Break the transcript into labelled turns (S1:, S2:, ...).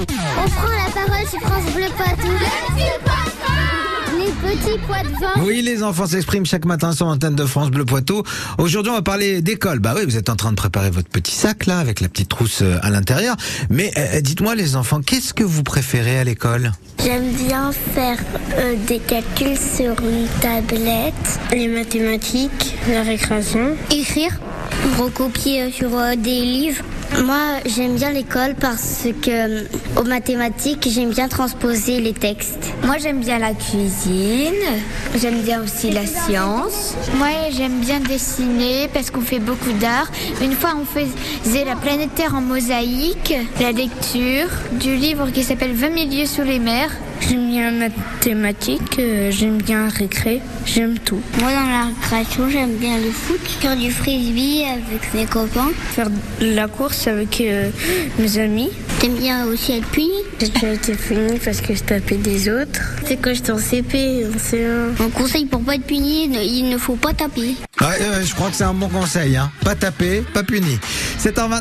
S1: On prend la parole sur France Bleu Poitou. Les petits poids de vin.
S2: Oui, les enfants s'expriment chaque matin sur l'antenne de France Bleu Poitou. Aujourd'hui, on va parler d'école. Bah oui, vous êtes en train de préparer votre petit sac là, avec la petite trousse euh, à l'intérieur. Mais euh, dites-moi, les enfants, qu'est-ce que vous préférez à l'école
S1: J'aime bien faire euh, des calculs sur une tablette, les mathématiques, la récréation, écrire, recopier sur euh, des livres. Moi, j'aime bien l'école parce que euh, aux mathématiques, j'aime bien transposer les textes.
S3: Moi j'aime bien la cuisine, j'aime bien aussi la science.
S4: Moi, j'aime bien dessiner parce qu'on fait beaucoup d'art. Une fois, on faisait la planète Terre en mosaïque, la lecture du livre qui s'appelle 20 milieux sous les mers.
S1: J'aime bien la mathématique,
S3: euh,
S1: j'aime bien récré, j'aime tout. Moi, dans la récréation, j'aime bien le foot, faire du frisbee avec mes copains.
S3: Faire la course avec euh, mes amis.
S1: J'aime bien aussi être puni.
S3: J'ai déjà été punie parce que je tapais des autres. C'est quand j'étais en CP, en CE1.
S1: Un conseil pour pas être puni, ne- il ne faut pas taper.
S2: Ouais, euh, Je crois que c'est un bon conseil. Hein. Pas taper, pas puni. 7h20.